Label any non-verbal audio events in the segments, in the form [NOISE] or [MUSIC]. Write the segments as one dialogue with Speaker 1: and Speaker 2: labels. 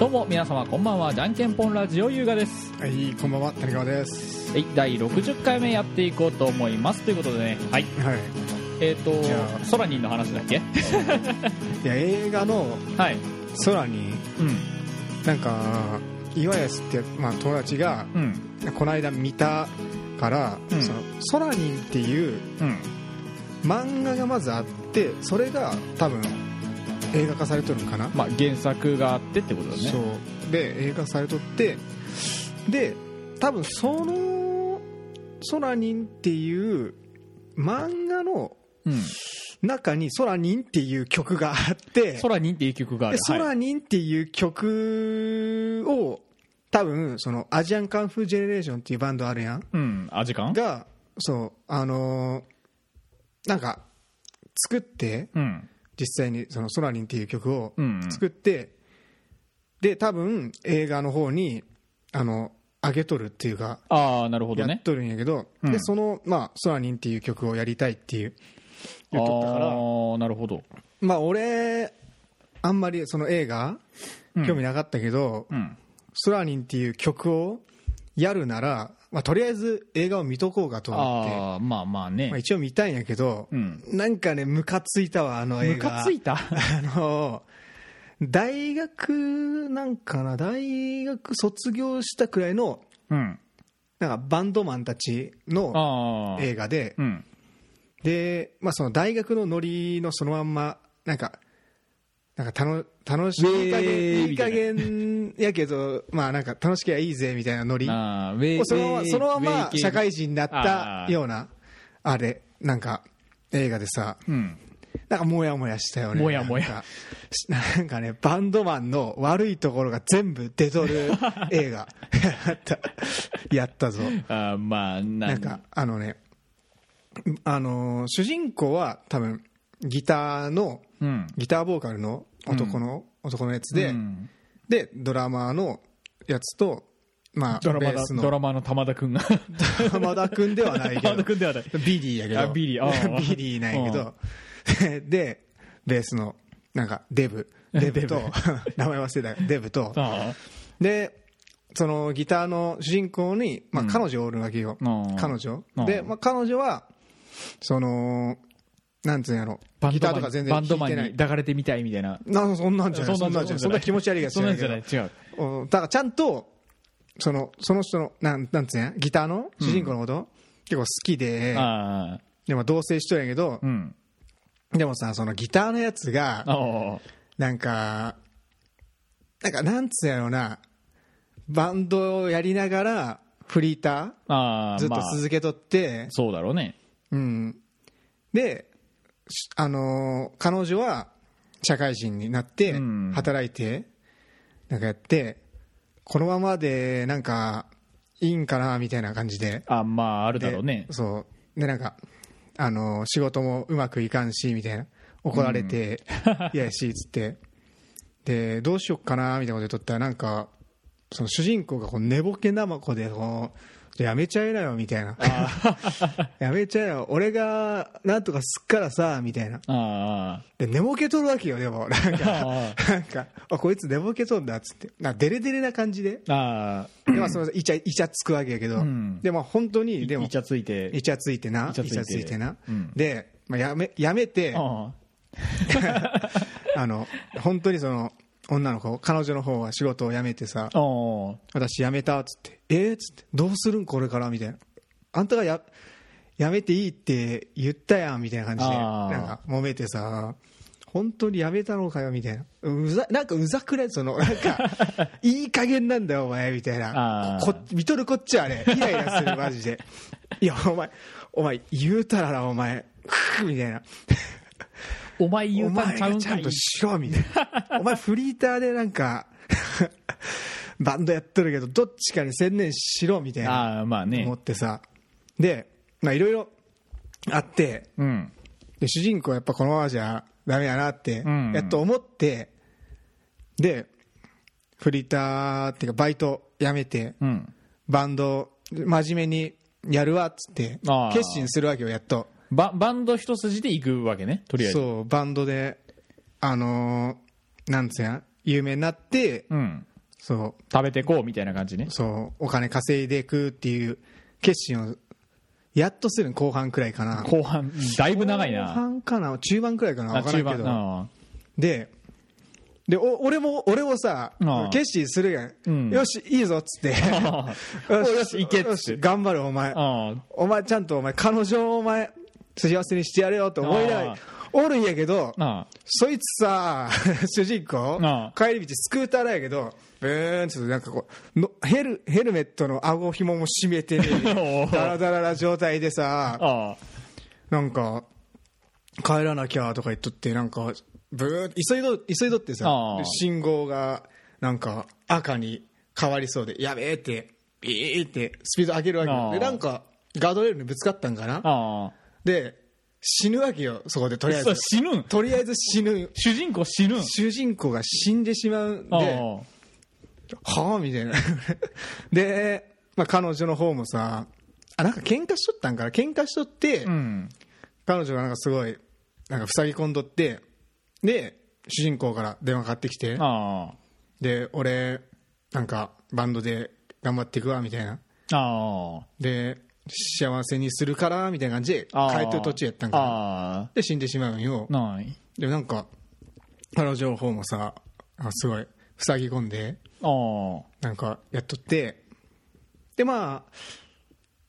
Speaker 1: どうも皆様こんばんはじゃんけんぽんラジオ優雅です
Speaker 2: はい、こんばんは、谷川です。
Speaker 1: はい第60回目やっていこうと思いますということでねはい
Speaker 2: はい。
Speaker 1: えっ、ー、
Speaker 2: じゃ
Speaker 1: とソラニンの話だっけ
Speaker 2: いや、映画の
Speaker 1: はい
Speaker 2: 空に、
Speaker 1: うん
Speaker 2: なんか、岩安って、まあ、友達が、
Speaker 1: うん
Speaker 2: この間見たから、
Speaker 1: うん
Speaker 2: その、空にっていう
Speaker 1: うん
Speaker 2: 漫画がまずあって、それが多分、映画化されとるんかな、
Speaker 1: まあ原作があってってことだね
Speaker 2: そう。で、映画化されとって、で、多分その、空にっていう漫画の
Speaker 1: うん
Speaker 2: 中に空にっていう曲があって、
Speaker 1: ソラニンっていう曲があ
Speaker 2: で
Speaker 1: る
Speaker 2: 「
Speaker 1: はい
Speaker 2: 空に」っていう曲を多分そのアジアンカンフージェネレーションっていうバンドあるやん
Speaker 1: うんあ時間
Speaker 2: がそうあのーなんか作って
Speaker 1: うん
Speaker 2: 実際にその「空に」っていう曲を
Speaker 1: うんうん
Speaker 2: 作ってで多分映画の方にあの上げとるっていうか
Speaker 1: ああなるほど
Speaker 2: や
Speaker 1: ね
Speaker 2: っとるんやけど
Speaker 1: うん
Speaker 2: でその「まあ空に」っていう曲をやりたいっていう
Speaker 1: あ
Speaker 2: 言っとったから
Speaker 1: あなるほど
Speaker 2: まあ俺あんまりその映画
Speaker 1: うん
Speaker 2: 興味なかったけど、
Speaker 1: うん
Speaker 2: ソラニンっていう曲をやるなら、まあ、とりあえず映画を見とこうかと思って、
Speaker 1: ああまあまあね、
Speaker 2: まあ、一応見たいんやけど、
Speaker 1: うん
Speaker 2: なんかね、ムカついたわ、あの映
Speaker 1: ム
Speaker 2: 画。
Speaker 1: カついた
Speaker 2: [LAUGHS] あの、大学なんかな、大学卒業したくらいの、 [LAUGHS]
Speaker 1: うん
Speaker 2: なんかバンドマンたちの
Speaker 1: ああ
Speaker 2: 映画で、
Speaker 1: うん
Speaker 2: で、まあ、その大学のノリのそのまんま、なんか、なんか楽楽しい、
Speaker 1: ウ
Speaker 2: いい加
Speaker 1: ェー
Speaker 2: 減、
Speaker 1: イ
Speaker 2: いい加減やけど、まあなんか楽しきゃいいぜみたいなノリ。
Speaker 1: ああウェイ
Speaker 2: そのま
Speaker 1: ウェ
Speaker 2: ま
Speaker 1: イ
Speaker 2: そのま
Speaker 1: ウェイ
Speaker 2: ま
Speaker 1: 系
Speaker 2: 社会人になったようなあれなんか映画でさ
Speaker 1: うん
Speaker 2: なんかモヤモヤしたよね
Speaker 1: もやもや
Speaker 2: なんかしなんかねバンドマンの悪いところが全部出とる
Speaker 1: [LAUGHS]
Speaker 2: 映画やったやったぞ
Speaker 1: あーまあな
Speaker 2: なんかあのねあのー主人公は多分ギターの
Speaker 1: うん
Speaker 2: ギターボーカルの男の、男のやつで、
Speaker 1: うん
Speaker 2: でドラマーのやつとまあ
Speaker 1: ドラマ
Speaker 2: ベース
Speaker 1: だ
Speaker 2: の
Speaker 1: ドラマの玉田君が
Speaker 2: 浜田君では [LAUGHS] ないけ
Speaker 1: 玉
Speaker 2: ど
Speaker 1: 田君ではない
Speaker 2: ビリーやけ
Speaker 1: あ
Speaker 2: ど
Speaker 1: ビリーあー
Speaker 2: ビリーなんやけどでベースのなんか
Speaker 1: [LAUGHS]
Speaker 2: デブデブと [LAUGHS] 名前忘れたデブと
Speaker 1: ああ
Speaker 2: でそのギターの主人公に、まあ、
Speaker 1: うん
Speaker 2: 彼女おるわけよ、
Speaker 1: あー
Speaker 2: 彼女
Speaker 1: あ
Speaker 2: で、
Speaker 1: ー
Speaker 2: まあ、彼女はそのなんつうんやろ
Speaker 1: バン
Speaker 2: ギ
Speaker 1: ド
Speaker 2: タ
Speaker 1: マ
Speaker 2: ー
Speaker 1: ン
Speaker 2: とか全然
Speaker 1: バンド
Speaker 2: 弾
Speaker 1: マ
Speaker 2: いて
Speaker 1: ン
Speaker 2: な
Speaker 1: に
Speaker 2: い
Speaker 1: 抱かれてみたいみたいな
Speaker 2: なそんなんじゃないそんなんじゃないそんな気持ち悪いやつ
Speaker 1: そんなんじゃないい違う
Speaker 2: うんだからちゃんとそのその人のなんなんつうんやギターの主人公のこと、結構好きで
Speaker 1: ああ
Speaker 2: でも同棲しとるんやけど
Speaker 1: う、ん
Speaker 2: でもさそのギターのやつが
Speaker 1: ああ
Speaker 2: なんかなんかなんつうやろうなバンドをやりながらフリータ
Speaker 1: あ
Speaker 2: ー
Speaker 1: あ
Speaker 2: ずっと
Speaker 1: まあ
Speaker 2: 続けとって、
Speaker 1: そうだろうね
Speaker 2: うん、で、しあのー彼女は社会人になって
Speaker 1: うん
Speaker 2: 働いてなんかやってこのままでなんかいいんかなみたいな感じで
Speaker 1: あまああるだろうね
Speaker 2: でそうでなんかあの仕事もうまくいかんしみたいな怒られて嫌、やしっつってでどうしよっかなみたいなこと言っとったらなんかその主人公がこう寝ぼけなまこでこうやめちゃえなよみたいな [LAUGHS] やめちゃえよ俺がなんとかすっからさみたいな
Speaker 1: あ
Speaker 2: で寝ぼけとるわけよでもなん
Speaker 1: あ
Speaker 2: か
Speaker 1: あ
Speaker 2: なんかあこいつ寝ぼけとんだっつってなんかデレデレな感じで
Speaker 1: ああ
Speaker 2: でまあそのイチャイチャつくわけやけど、
Speaker 1: うん
Speaker 2: でまあ本当
Speaker 1: あ
Speaker 2: にでも
Speaker 1: イチャついて
Speaker 2: イチャついてな、
Speaker 1: イチ
Speaker 2: イチ
Speaker 1: ャついて
Speaker 2: ャついてな
Speaker 1: うん、
Speaker 2: で、まあ、やめやめて、
Speaker 1: あ
Speaker 2: あの本当にその女の子、彼女の方は仕事を辞めてさ
Speaker 1: あ、あ
Speaker 2: 私、辞めたっつって、えーっつって、どうするん、これからみたいな、あんたがや辞めていいって言ったやんみたいな感じで、
Speaker 1: あー
Speaker 2: なんか揉めてさ、本当に辞めたのかよみたいな、うざなんかうざくない、そのな
Speaker 1: [LAUGHS]
Speaker 2: んか、いい加減なんだよ、お前みたい
Speaker 1: あ
Speaker 2: な、
Speaker 1: ー
Speaker 2: こ見とるこっちはね、イライラする、マジで。いや、お前、お前、言うたらな、お前、ふぅみたいな。
Speaker 1: お前言
Speaker 2: お
Speaker 1: うたん
Speaker 2: 前
Speaker 1: ちゃうん
Speaker 2: がち
Speaker 1: か
Speaker 2: ゃん
Speaker 1: い
Speaker 2: としろみたい
Speaker 1: [LAUGHS]
Speaker 2: なお前フリーターでなんか [LAUGHS] バンドやってるけどどっちかに専念しろみたいな
Speaker 1: ああまあね
Speaker 2: 思ってさでまあいろいろあって
Speaker 1: うん
Speaker 2: で主人公はやっぱこのままじゃダメやなって
Speaker 1: んうん
Speaker 2: やっと思ってでフリーターっていうかバイト辞めて
Speaker 1: うん
Speaker 2: バンド真面目にやるわっつって
Speaker 1: あー
Speaker 2: 決心するわけよやっと
Speaker 1: ババンド一筋で行くわけねとりあえず
Speaker 2: そうバンドであのーなんつうや有名になって
Speaker 1: うん
Speaker 2: そ
Speaker 1: 食べてこうみたいな感じね
Speaker 2: うそうお金稼いでいくっていう決心をやっとする後半くらいかな
Speaker 1: 後半だいぶ長い
Speaker 2: 後
Speaker 1: な
Speaker 2: 半かな中盤くらいかな
Speaker 1: あ
Speaker 2: 分からんけど
Speaker 1: な
Speaker 2: ででお俺も俺もさ
Speaker 1: ああ
Speaker 2: 決心するやん、
Speaker 1: うん
Speaker 2: よしいいぞっ
Speaker 1: [LAUGHS]
Speaker 2: つって
Speaker 1: あお
Speaker 2: よ
Speaker 1: よしいけっつって
Speaker 2: よし頑張るお前
Speaker 1: あ
Speaker 2: お前ちゃんとお前彼女をお前幸せにしてやれよと思いなが
Speaker 1: あ
Speaker 2: らおるんやけど
Speaker 1: あ
Speaker 2: そいつさ [LAUGHS] 主人公
Speaker 1: あ
Speaker 2: 帰り道スクーターなんやけどブーンちょっとなんかこうのヘルヘルメットの顎紐も締めてね
Speaker 1: [LAUGHS] おお
Speaker 2: ダラダラな状態でさ
Speaker 1: あ
Speaker 2: なんか帰らなきゃとか言っとってなんかブーン急いど急いどってさ
Speaker 1: あー
Speaker 2: 信号がなんか赤に変わりそうでやべえってビーってスピード上げるわ
Speaker 1: あー
Speaker 2: けでなんかガードレールにぶつかったんかな
Speaker 1: あ
Speaker 2: で死ぬわけよそこでとりあえ
Speaker 1: そ
Speaker 2: ず
Speaker 1: う死ぬん
Speaker 2: とりあえず死ぬ
Speaker 1: 主人公死ぬん
Speaker 2: 主人公が死んでしまうんで
Speaker 1: あ
Speaker 2: はあみたいな [LAUGHS] で、まあ、彼女の方もさあなんか喧嘩しとったんかな喧嘩しとって、
Speaker 1: あうん
Speaker 2: 彼女がなんかすごいなんか塞ぎ込んどってで主人公から電話かかってきて
Speaker 1: あ
Speaker 2: で俺なんかバンドで頑張っていくわみたいな
Speaker 1: あああ
Speaker 2: で幸せにするからみたいな感じで
Speaker 1: あー
Speaker 2: 帰ってる途中やったんかな
Speaker 1: あ
Speaker 2: で死んでしまうんよ
Speaker 1: あない
Speaker 2: でもなんか彼女の方もさあすごい塞ぎ込んで
Speaker 1: ああ
Speaker 2: なんかやっとってでまあ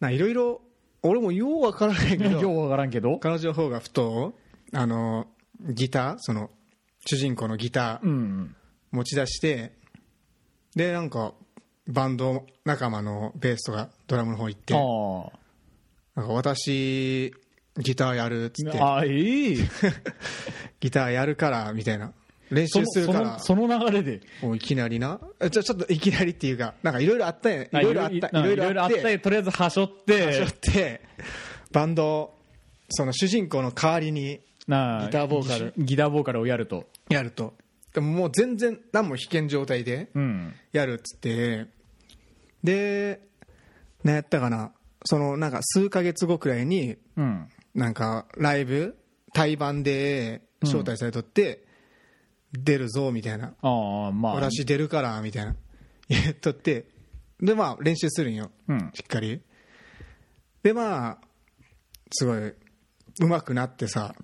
Speaker 2: ないろいろ俺もようわからないけ
Speaker 1: よ
Speaker 2: ど
Speaker 1: うわからんけど
Speaker 2: 彼女の方がふとあのギターその主人公のギタ
Speaker 1: う
Speaker 2: ー
Speaker 1: ん
Speaker 2: 持ち出してでなんかバンド仲間のベースとかドラムの方行って
Speaker 1: あ
Speaker 2: 「
Speaker 1: あ
Speaker 2: なんか私ギターやる」っつって
Speaker 1: ああええ
Speaker 2: [LAUGHS] 「ギターやるから」みたいな練
Speaker 1: そ
Speaker 2: 習
Speaker 1: の
Speaker 2: する
Speaker 1: そ
Speaker 2: から
Speaker 1: のその流れで
Speaker 2: もういきなりなえちょちょっといきなりっていうかなんかいろいろあったんやい
Speaker 1: あ
Speaker 2: ろいろあったいろいろあって
Speaker 1: よとりあえずはしょって
Speaker 2: [LAUGHS] ちょっとバンドその主人公の代わりに
Speaker 1: なあ
Speaker 2: ギターボーカル
Speaker 1: ギギターボーカルをやると
Speaker 2: やるとでももう全然何も弾けん状態で
Speaker 1: うん
Speaker 2: やるっつってで何やったかなそのなんか数ヶ月後くらいに
Speaker 1: うん
Speaker 2: なんかライブ対バンで招待されとって、出るぞみたいな
Speaker 1: ああまあ
Speaker 2: 私出るからみたいな [LAUGHS] 言っとってでまあ練習するんよ
Speaker 1: うん
Speaker 2: しっかりでまあすごいうまくなってさ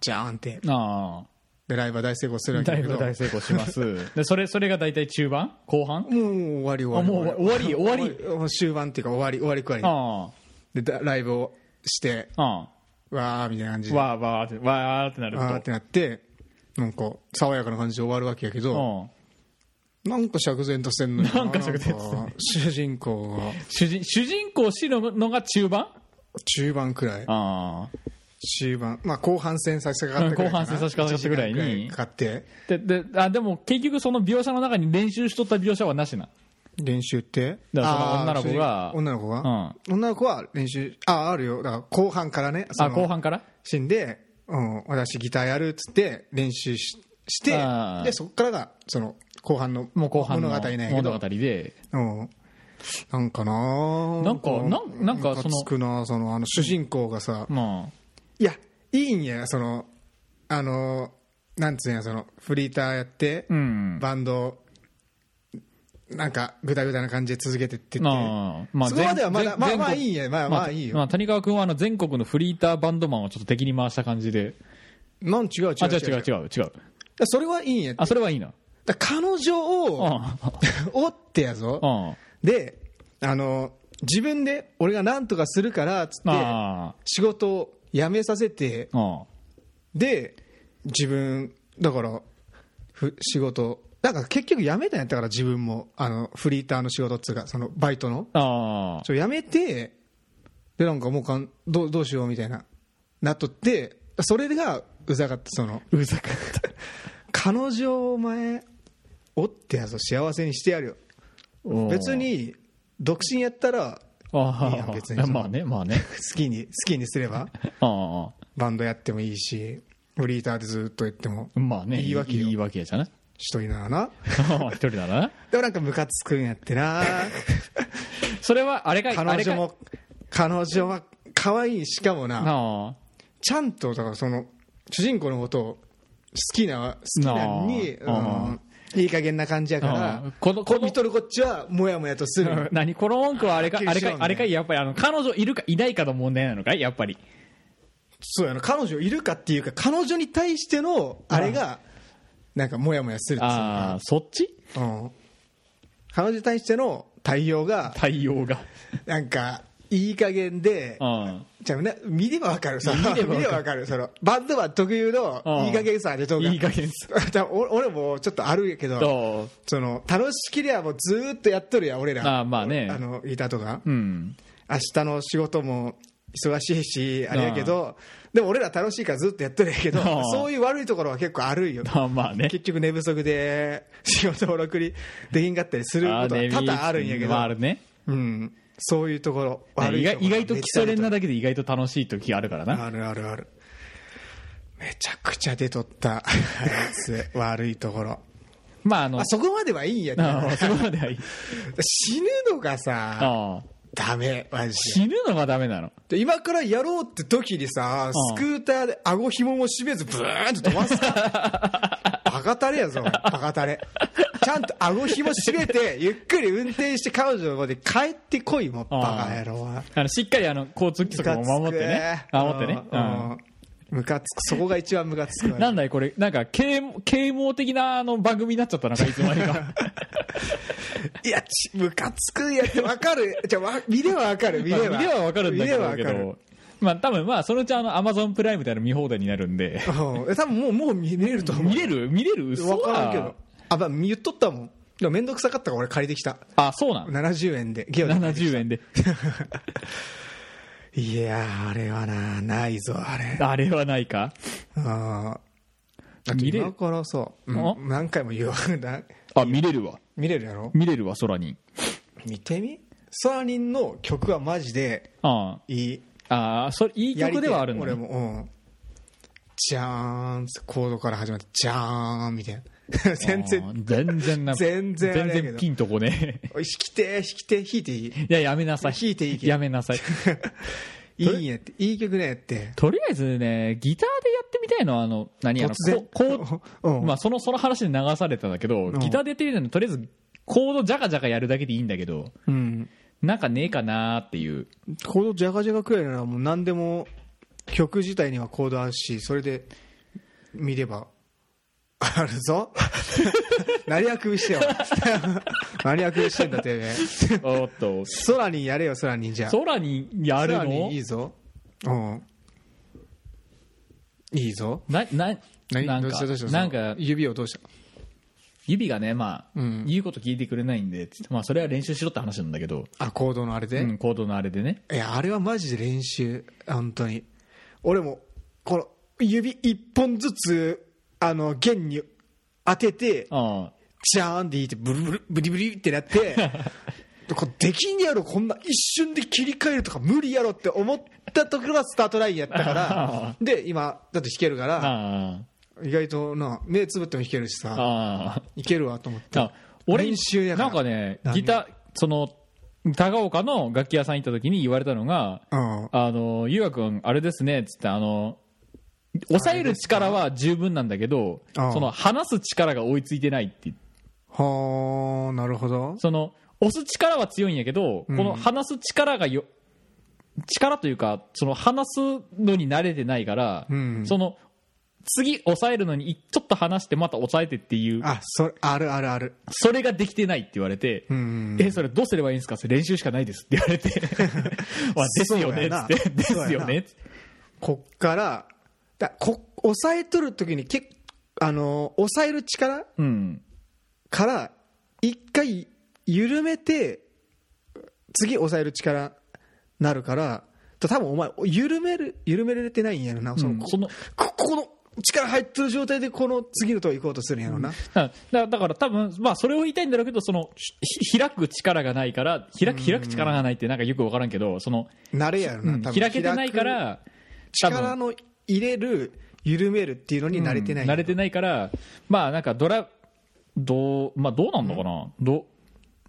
Speaker 2: ジャーンって
Speaker 1: あ
Speaker 2: でライブは大成功する
Speaker 1: あ
Speaker 2: んだ
Speaker 1: だ
Speaker 2: け
Speaker 1: い
Speaker 2: ど
Speaker 1: ぶ
Speaker 2: もう
Speaker 1: 大成功しますでそれそれが大体中盤後半
Speaker 2: 終わり [LAUGHS] 終わり
Speaker 1: あもう終わり終わり
Speaker 2: もう終盤っていうか終わり終わりくらい
Speaker 1: あ
Speaker 2: でだライブをして
Speaker 1: ああ
Speaker 2: わーみたいな感じ
Speaker 1: あ
Speaker 2: でわ
Speaker 1: わあわあってわあってなる
Speaker 2: ーってなってなんか爽やかな感じで終わるわけやけど
Speaker 1: とうん
Speaker 2: なんか釈然としてんのよ
Speaker 1: なんか釈然としてんね
Speaker 2: なんか主人公が
Speaker 1: 主人主人公死ぬのが中盤
Speaker 2: 中盤くらい
Speaker 1: ああ
Speaker 2: 中盤まあ後半戦差し掛かったくらいかな
Speaker 1: うん後半戦差し掛かったぐらいに
Speaker 2: 1時間くらかかって
Speaker 1: でであでも結局その描写の中に練習しとった描写はなしな
Speaker 2: 練習って
Speaker 1: だからその
Speaker 2: あー
Speaker 1: 女の子が
Speaker 2: 主に女の子が、女の子は練習あああるよだから後半からねそ
Speaker 1: あ
Speaker 2: の
Speaker 1: 後半から
Speaker 2: 死んで、うん、私ギターやるっつって練習しして
Speaker 1: あー
Speaker 2: でそこからがその後半の
Speaker 1: もう後半の
Speaker 2: 物語なんやけ
Speaker 1: 物
Speaker 2: ど
Speaker 1: 語で
Speaker 2: うんなんかなー
Speaker 1: なんかなんなんか
Speaker 2: ムカつくなそのあの主人公がさ、
Speaker 1: ま
Speaker 2: いやいいんやそのあのなんつうんやそのフリーターやって、
Speaker 1: あうん
Speaker 2: バンドなんかぐだぐだな感じで続けてってって、
Speaker 1: まあまあ
Speaker 2: そこまではまだ
Speaker 1: 全
Speaker 2: まあ
Speaker 1: 全
Speaker 2: まあいいやまあまあいいよ、
Speaker 1: まあ、谷川君はあの全国のフリーターバンドマンをちょっと敵に回した感じで
Speaker 2: なん違う違う
Speaker 1: あ違う違う
Speaker 2: う
Speaker 1: 違う違う
Speaker 2: それはいいんや
Speaker 1: あそれはいいな
Speaker 2: だから彼女
Speaker 1: うん
Speaker 2: を [LAUGHS] おってやぞ
Speaker 1: うんあ
Speaker 2: であの自分で俺が何とかするからっつって
Speaker 1: あ
Speaker 2: 仕事を辞めさせて
Speaker 1: うん
Speaker 2: で自分だからふ仕事だから結局辞めたんやったから自分もあのフリーターの仕事っつうかそのバイトの
Speaker 1: ああ
Speaker 2: ちょやめてでなんかもうかんどうどうしようみたいななっとってそれがうざかったその
Speaker 1: うざかった
Speaker 2: 彼女お前おってやぞ幸せにしてやるよ別に独身やった
Speaker 1: あ
Speaker 2: らい
Speaker 1: あ
Speaker 2: いやん別にその
Speaker 1: まあねまあ
Speaker 2: [LAUGHS]
Speaker 1: ね
Speaker 2: 好きに好きにすれ
Speaker 1: [LAUGHS]
Speaker 2: ば
Speaker 1: あ
Speaker 2: バンドやってもいいしフリーターでずっとやっても
Speaker 1: あまあね
Speaker 2: いいわけよ
Speaker 1: いいわけじゃない [LAUGHS]
Speaker 2: 一人ならな
Speaker 1: 一人ならな
Speaker 2: でもなんかムカつくん
Speaker 1: [LAUGHS]
Speaker 2: やってな
Speaker 1: それはあれかあ
Speaker 2: 彼
Speaker 1: れか
Speaker 2: 女も彼女は可愛いしかもな
Speaker 1: あ
Speaker 2: ちゃんとだからその主人公のことを好きな好きなのに、
Speaker 1: なあ
Speaker 2: う
Speaker 1: あ
Speaker 2: んいい加減な感じやから、
Speaker 1: うんこのこ
Speaker 2: こ
Speaker 1: の
Speaker 2: う見とるこっちはもやもやとする、
Speaker 1: 何この文句はあれか、
Speaker 2: は
Speaker 1: あ
Speaker 2: っ
Speaker 1: れ
Speaker 2: きりしろ
Speaker 1: か
Speaker 2: ね、
Speaker 1: あれかい、やっぱりあの、彼女いるかいないかの問題なのかいやっぱり。
Speaker 2: そうやな彼女いるかっていうか彼女に対してのあれがなんかもやもやするっていうの
Speaker 1: ああ、そっち
Speaker 2: うん彼女に対しての対応が [LAUGHS]
Speaker 1: 対応が。
Speaker 2: なんかいい加減で
Speaker 1: うん。
Speaker 2: じゃあね見ればわかるその
Speaker 1: 見ればわかる
Speaker 2: 見ればわかるそのバンドマン特有の
Speaker 1: うん
Speaker 2: いい加減さでとか
Speaker 1: いい加減さ
Speaker 2: [LAUGHS] 多分俺俺もちょっとあるけど
Speaker 1: ど
Speaker 2: その楽しきりゃもうずーっとやっとるやん俺ら
Speaker 1: あーまあね
Speaker 2: あのギターとか
Speaker 1: ううん。
Speaker 2: 明日の仕事も忙しいしあれやけどでも俺ら楽しいからずっとやっとるんやけど
Speaker 1: あー
Speaker 2: そういう悪いところは結構あるんよ
Speaker 1: まあまあね。
Speaker 2: 結局寝不足で仕事をろくにできんかったりすること
Speaker 1: あー
Speaker 2: は
Speaker 1: ね
Speaker 2: 多々あるんやけど
Speaker 1: まああるね。
Speaker 2: うん、そういうところ悪
Speaker 1: 意
Speaker 2: いとこ
Speaker 1: 外
Speaker 2: ろ
Speaker 1: 意外と基礎練な
Speaker 2: めっち
Speaker 1: だけで意外と楽しい時があるから
Speaker 2: ゃ
Speaker 1: な。
Speaker 2: あるあるあるあるめちゃくちゃ出とった
Speaker 1: [LAUGHS]
Speaker 2: あいつ悪いところ
Speaker 1: まああの、
Speaker 2: あそこまではいいんやけど
Speaker 1: あーそこまではいい。
Speaker 2: 死ぬのがさ
Speaker 1: あー
Speaker 2: ダメマジで
Speaker 1: 死ぬのがダメなの。
Speaker 2: で今からやろうって時にさ
Speaker 1: う
Speaker 2: ス
Speaker 1: ん
Speaker 2: クーターで顎紐も締めずブーンと飛ばす
Speaker 1: [LAUGHS]
Speaker 2: かバカタレやぞお前バカタレちゃんと顎紐締
Speaker 1: [LAUGHS]
Speaker 2: めてゆっくり運転して彼女まで帰ってこいもうバカ野郎は
Speaker 1: あの、しっかりあの、交通規則も守ってね。守
Speaker 2: ムカ
Speaker 1: っ
Speaker 2: つく
Speaker 1: てね。
Speaker 2: う
Speaker 1: うん
Speaker 2: んムカつくそこが一番ムカつくわ
Speaker 1: なんだいこれ、なんか啓蒙、啓蒙的なあの番組になっちゃ
Speaker 2: [LAUGHS]
Speaker 1: ったのか、いつまでか。
Speaker 2: いやちムカつくやってわかるじゃあわ見ればわかる見
Speaker 1: まあ
Speaker 2: れば
Speaker 1: 見ればわかるんだけ
Speaker 2: 見ればわ
Speaker 1: ど
Speaker 2: か
Speaker 1: け
Speaker 2: る
Speaker 1: ど、まあ多分まあ、そのうちあの、アマゾンプライムであの見放題になるんで、
Speaker 2: うん多分もうもう [LAUGHS] 見れると思う
Speaker 1: 見れる見れる嘘
Speaker 2: 分からんけ
Speaker 1: だ
Speaker 2: ど。あ、まあ、言っとったもんでも面倒くさかったから俺借りてきた
Speaker 1: あ、そうなの
Speaker 2: 70円でゲオで借りてき
Speaker 1: ?70 円で。
Speaker 2: たいやーあれはなないぞあれ
Speaker 1: あれはないか
Speaker 2: あーだって
Speaker 1: 見れる
Speaker 2: 今からさ、うん何回も言うわな
Speaker 1: あ、見れるわ。
Speaker 2: 見れるやろ
Speaker 1: 見れるわ、空に。
Speaker 2: 見てみソラニンの曲はマジで
Speaker 1: あ
Speaker 2: いい
Speaker 1: あ、ああ、それ、いい
Speaker 2: やり
Speaker 1: 曲
Speaker 2: て
Speaker 1: で
Speaker 2: え
Speaker 1: はあるんだ、
Speaker 2: 俺
Speaker 1: ね。
Speaker 2: もうんじゃーんってコードから始まってじゃーんみたいな全
Speaker 1: [LAUGHS] あ
Speaker 2: 然
Speaker 1: ー。全然な。
Speaker 2: 全然あれやけど
Speaker 1: 全然ピンとこね。
Speaker 2: おい弾きてえ弾きてえ弾いていい
Speaker 1: いや、やめなさい。
Speaker 2: 弾いていいけど
Speaker 1: やめなさい。
Speaker 2: いいんやっていい曲ねって
Speaker 1: とりあえずね、ギターでやってみたいのは、あの、何あの、
Speaker 2: 突然
Speaker 1: こう、
Speaker 2: [LAUGHS] うん
Speaker 1: まあ、その、その話で流されたんだけど、
Speaker 2: ん
Speaker 1: ギターでやってみたいの、とりあえず、コードジャカジャカやるだけでいいんだけど、
Speaker 2: うん
Speaker 1: なんかねえかなーっていう。
Speaker 2: コードジャガジャガくらいならもう何でも曲自体にはコードあるしそれで見れば [LAUGHS] あるぞ何あくびしてよ何あくびしてんだてめえ
Speaker 1: おっと、
Speaker 2: 空にやれよ空にじゃあ
Speaker 1: 空にやる
Speaker 2: 空
Speaker 1: の
Speaker 2: にいいぞうんいいぞ
Speaker 1: な、な、
Speaker 2: 何
Speaker 1: なん
Speaker 2: どうしたどうし
Speaker 1: か、
Speaker 2: た
Speaker 1: なんか、
Speaker 2: 指をどうした
Speaker 1: 指がね、まあ、
Speaker 2: うん
Speaker 1: 言うこと聞いてくれないんで、まあ、それは練習しろって話なんだけど、
Speaker 2: あコードのあれで、
Speaker 1: うん、コードのあれでね。
Speaker 2: いやあれはマジで練習本当に俺もこの指一本ずつあの弦に当てて
Speaker 1: あ
Speaker 2: ジャーンっていってブルブルブリブリってなって [LAUGHS] これできんやろこんな一瞬で切り替えるとか無理やろって思ったところがスタートラインやったからで今だって弾けるか
Speaker 1: あ、
Speaker 2: ら
Speaker 1: あ
Speaker 2: 意外とな目つぶっても弾けるし
Speaker 1: あ、
Speaker 2: さ
Speaker 1: ああ。
Speaker 2: いけるわと思って
Speaker 1: あ俺
Speaker 2: 練習やから
Speaker 1: なんかね
Speaker 2: 何
Speaker 1: ギターその高岡の楽器屋さん行った時に言われたのが「
Speaker 2: うん
Speaker 1: あのゆうやくんあれですね」っつってあの抑える力は十分なんだけど
Speaker 2: ああ
Speaker 1: その話す力が追いついてないって
Speaker 2: はあなるほど
Speaker 1: その押す力は強いんやけど、
Speaker 2: ん
Speaker 1: この話す力がよ力というかその話すのに慣れてないから、
Speaker 2: うん
Speaker 1: その次抑えるのにいちょっと話してまた抑えてっていう
Speaker 2: あそれあるあるある
Speaker 1: それができてないって言われて、
Speaker 2: ん
Speaker 1: え、それどうすればいいんですかって練習しかないですって言われ
Speaker 2: [LAUGHS]
Speaker 1: て、まあ、ですよねっつって、 [LAUGHS] で
Speaker 2: そうやな
Speaker 1: すよねっつって
Speaker 2: こっからだこ抑えとるときにけあの抑える力
Speaker 1: うん。
Speaker 2: から一回緩めて次抑える力なるから多分お前緩める緩められてないんやろなその,
Speaker 1: うん
Speaker 2: こ、
Speaker 1: その
Speaker 2: ここの力入ってる状態でこの次のとこ行こうとするんやろな、
Speaker 1: だだだから多分、まあ、それを言いたいんだろうけど、その、ひ開く力がないから、開く、開く力がないってなんかよくわからんけど、その、
Speaker 2: 慣れやろな、
Speaker 1: うん
Speaker 2: 多分
Speaker 1: 開けてないか
Speaker 2: 開く
Speaker 1: ら、多分
Speaker 2: 力の入れる緩めるっていうのに慣れてない、
Speaker 1: うん慣れてないから、まあなんかドラ、どう、まあどうなんのかな、どう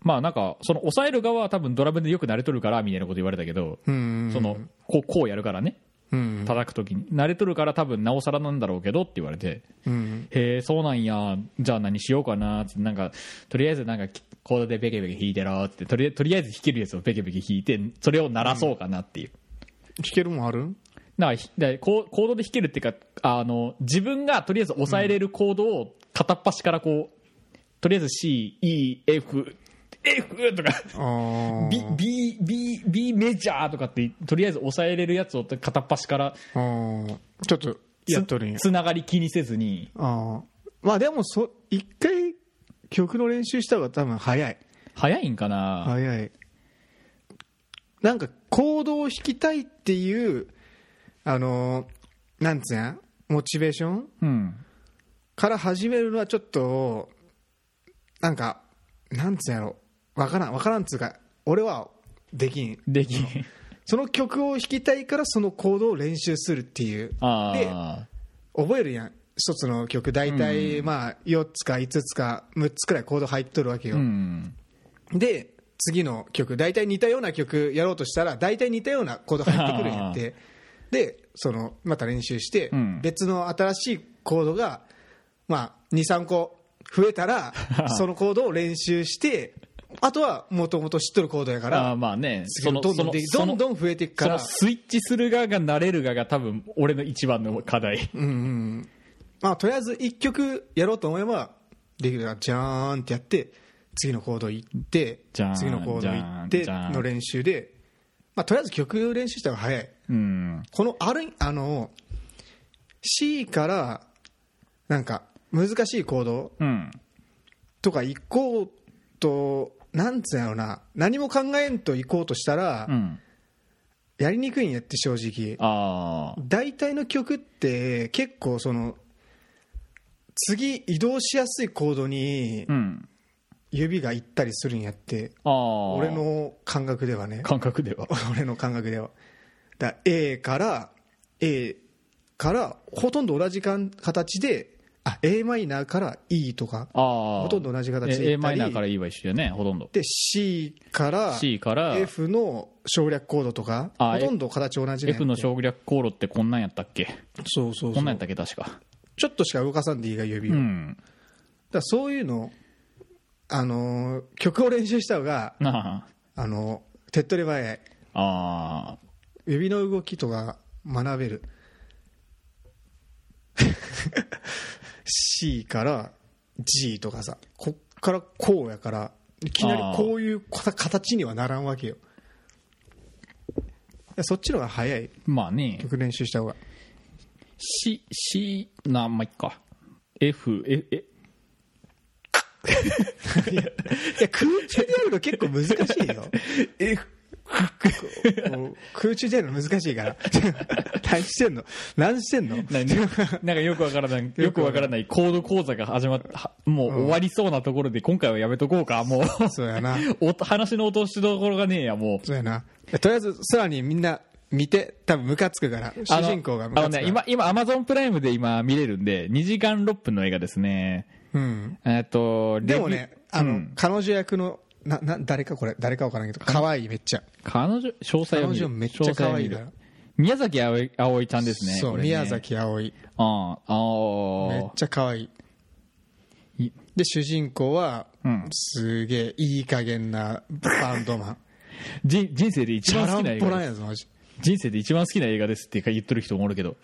Speaker 1: まあなんか、その抑える側は多分ドラムでよく慣れとるから、みたいなこと言われたけど、
Speaker 2: うん
Speaker 1: その、こう、こうやるからね。
Speaker 2: うん
Speaker 1: 叩く時に慣れとるから多分なおさらなんだろうけどって言われて
Speaker 2: うん
Speaker 1: へえそうなんやじゃあ何しようかなってなんかとりあえずなんかコードでベケベケ弾いてろってとりあえとりあえず弾けるやつをベケベケ弾いてそれを鳴らそうかなっていう、
Speaker 2: 弾けるもんある
Speaker 1: なんかひだからコーコードで弾けるっていうかあの自分がとりあえず抑えれるコードを片っ端からこうとりあえず CEFF とか
Speaker 2: あー
Speaker 1: B, B, B, B メジャーとかってとりあえず抑えれるやつを片っ端から
Speaker 2: あーちょっとやっとるんや
Speaker 1: つながり気にせずに
Speaker 2: あーまあでもそ一回曲の練習した方が多分早い
Speaker 1: 早いんかな、
Speaker 2: 早いなんか行動を引きたいっていうあのーなんつうんやモチベーション
Speaker 1: うん
Speaker 2: から始めるのはちょっとなんかなんつうんやろわからんわからんっつうか俺はできん
Speaker 1: できん
Speaker 2: その曲を弾きたいからその行動を練習するっていう
Speaker 1: ああ
Speaker 2: 覚えるやん一つの曲大体まあ4つか5つか6つくらいコード入っとるわけよ、
Speaker 1: うん
Speaker 2: で次の曲大体似たような曲やろうとしたら大体似たようなコード入ってくるんやってでそのまた練習して、
Speaker 1: うん
Speaker 2: 別の新しいコードが、まあ、23個増えた
Speaker 1: [LAUGHS]
Speaker 2: らそのコードを練習してあとはもともと知っとるコードやか
Speaker 1: あー
Speaker 2: ら
Speaker 1: まあね
Speaker 2: 次のどんどんでどんどん増えてい
Speaker 1: そ
Speaker 2: くか
Speaker 1: の
Speaker 2: ら、
Speaker 1: スイッチする側が慣れる側が多分俺の一番の課題
Speaker 2: うんうんまあ、とりあえず1曲やろうと思えばできるからじゃーんってやって次のコード行って
Speaker 1: じゃーん
Speaker 2: 次のコード行って
Speaker 1: じゃーん
Speaker 2: の練習で、まあ、とりあえず曲練習した方が早い。
Speaker 1: うん
Speaker 2: このあるあの C からなんか難しい行動
Speaker 1: うん
Speaker 2: とか行こうとなんつうんやろな何も考えんと行こうとしたら、
Speaker 1: うん
Speaker 2: やりにくいんやって正直
Speaker 1: ああ
Speaker 2: 大体の曲って結構その次移動しやすいコードに
Speaker 1: うん
Speaker 2: 指が行ったりするんやって
Speaker 1: ああ
Speaker 2: 俺の感覚ではね [LAUGHS]
Speaker 1: 感覚では
Speaker 2: 俺の感覚ではだから A から A からほとんど同じかん形であ a マイナーから E とか
Speaker 1: ああ
Speaker 2: ほとんど同じ形
Speaker 1: え a
Speaker 2: で行った
Speaker 1: マイ
Speaker 2: り
Speaker 1: ナーから E は一緒やねほとんど
Speaker 2: で C から
Speaker 1: C から F,
Speaker 2: F の省略コードとか
Speaker 1: あ
Speaker 2: ほとんど形同じね
Speaker 1: の省略航路ってこんなんやったっけ
Speaker 2: そうそう
Speaker 1: こ
Speaker 2: そ
Speaker 1: んなんやっ
Speaker 2: う
Speaker 1: たっけ確か
Speaker 2: ちょっとしか動かさんでいいが指を、
Speaker 1: う
Speaker 2: だか
Speaker 1: ん
Speaker 2: らそういうの、あのー曲を練習した方が、
Speaker 1: な
Speaker 2: あのー手っ取り早い
Speaker 1: あああ
Speaker 2: 指の動きとか学べる [LAUGHS] C から G とかさこっからこうやからいきなりこういうこ形にはならんわけよそっちの方が早い
Speaker 1: まあね
Speaker 2: 曲練習した方が
Speaker 1: C C なまあいっか F ええ
Speaker 2: いや空中でやるの結構難し
Speaker 1: [LAUGHS]
Speaker 2: いよこう空中でやるの難しいから [LAUGHS] 何してんの何してんの
Speaker 1: な
Speaker 2: [LAUGHS]
Speaker 1: なんかよくわからない、よくわからないコード講座が始まった、もう終わりそうなところで今回はやめとこうか、もう。
Speaker 2: そうやな
Speaker 1: [LAUGHS] お話の落としどころがねえや、もう。
Speaker 2: そうやな。とりあえず、空にみんな見て、多分ムカつくから、主
Speaker 1: あの
Speaker 2: 人公がム
Speaker 1: あの
Speaker 2: カつくから。
Speaker 1: ね、今、今、アマゾンプライムで今見れるんで、2時間6分の映画ですね。
Speaker 2: うん。
Speaker 1: えっと、レビ
Speaker 2: でもね、あの、
Speaker 1: うん
Speaker 2: 彼女役の、な、な、誰かこれ、誰かわからんけど、可愛いめっちゃ。
Speaker 1: 彼女、詳細を見る。
Speaker 2: 彼女めっちゃ可愛
Speaker 1: 詳
Speaker 2: いか
Speaker 1: 細を
Speaker 2: ら
Speaker 1: 見る。宮崎あおいあおいちゃんですね。
Speaker 2: そう、
Speaker 1: これね
Speaker 2: 宮。崎あおい。
Speaker 1: ああ、あ
Speaker 2: めっ
Speaker 1: あ。
Speaker 2: ちゃ可愛
Speaker 1: い
Speaker 2: い。で、主人公は、
Speaker 1: うん
Speaker 2: すげえ、いい加減なバンドマン。
Speaker 1: 人人生で一
Speaker 2: チ
Speaker 1: 番
Speaker 2: ャ
Speaker 1: 好
Speaker 2: ラ
Speaker 1: きな映
Speaker 2: ンポ
Speaker 1: 画で
Speaker 2: ラン
Speaker 1: す。
Speaker 2: やぞ、マジ。い
Speaker 1: 人生で一番好きな映画ですって言ってる人もおるけど。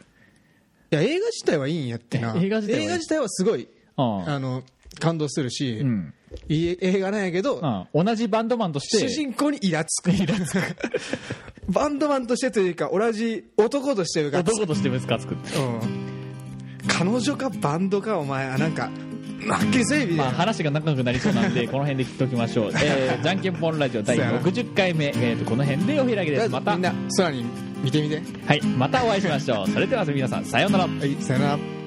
Speaker 2: や、映画自体はいいんやってな。
Speaker 1: え映画自体はいい
Speaker 2: はすごい、
Speaker 1: ああ。
Speaker 2: あの、感動するし、
Speaker 1: うん。
Speaker 2: いい映画なんやけど、
Speaker 1: ああ同じバンドマンとして。
Speaker 2: 主人公にイラつく [LAUGHS] バンドマンとしてというか同じ男としてがつ
Speaker 1: 男としてムカつく、
Speaker 2: うん、彼女かバンドかお前あなんか負けせえみ
Speaker 1: まあ、
Speaker 2: たいな
Speaker 1: 話が仲良くなりそうなんでこの辺で切っておきましょう、えー、
Speaker 2: [LAUGHS]
Speaker 1: じゃんけんぽんラジオ第60回目、えー、とこの辺でお開きですまた
Speaker 2: みんな空に見てみて
Speaker 1: はい、またお会いしましょうそれでは皆さんさようなら
Speaker 2: はいさよなら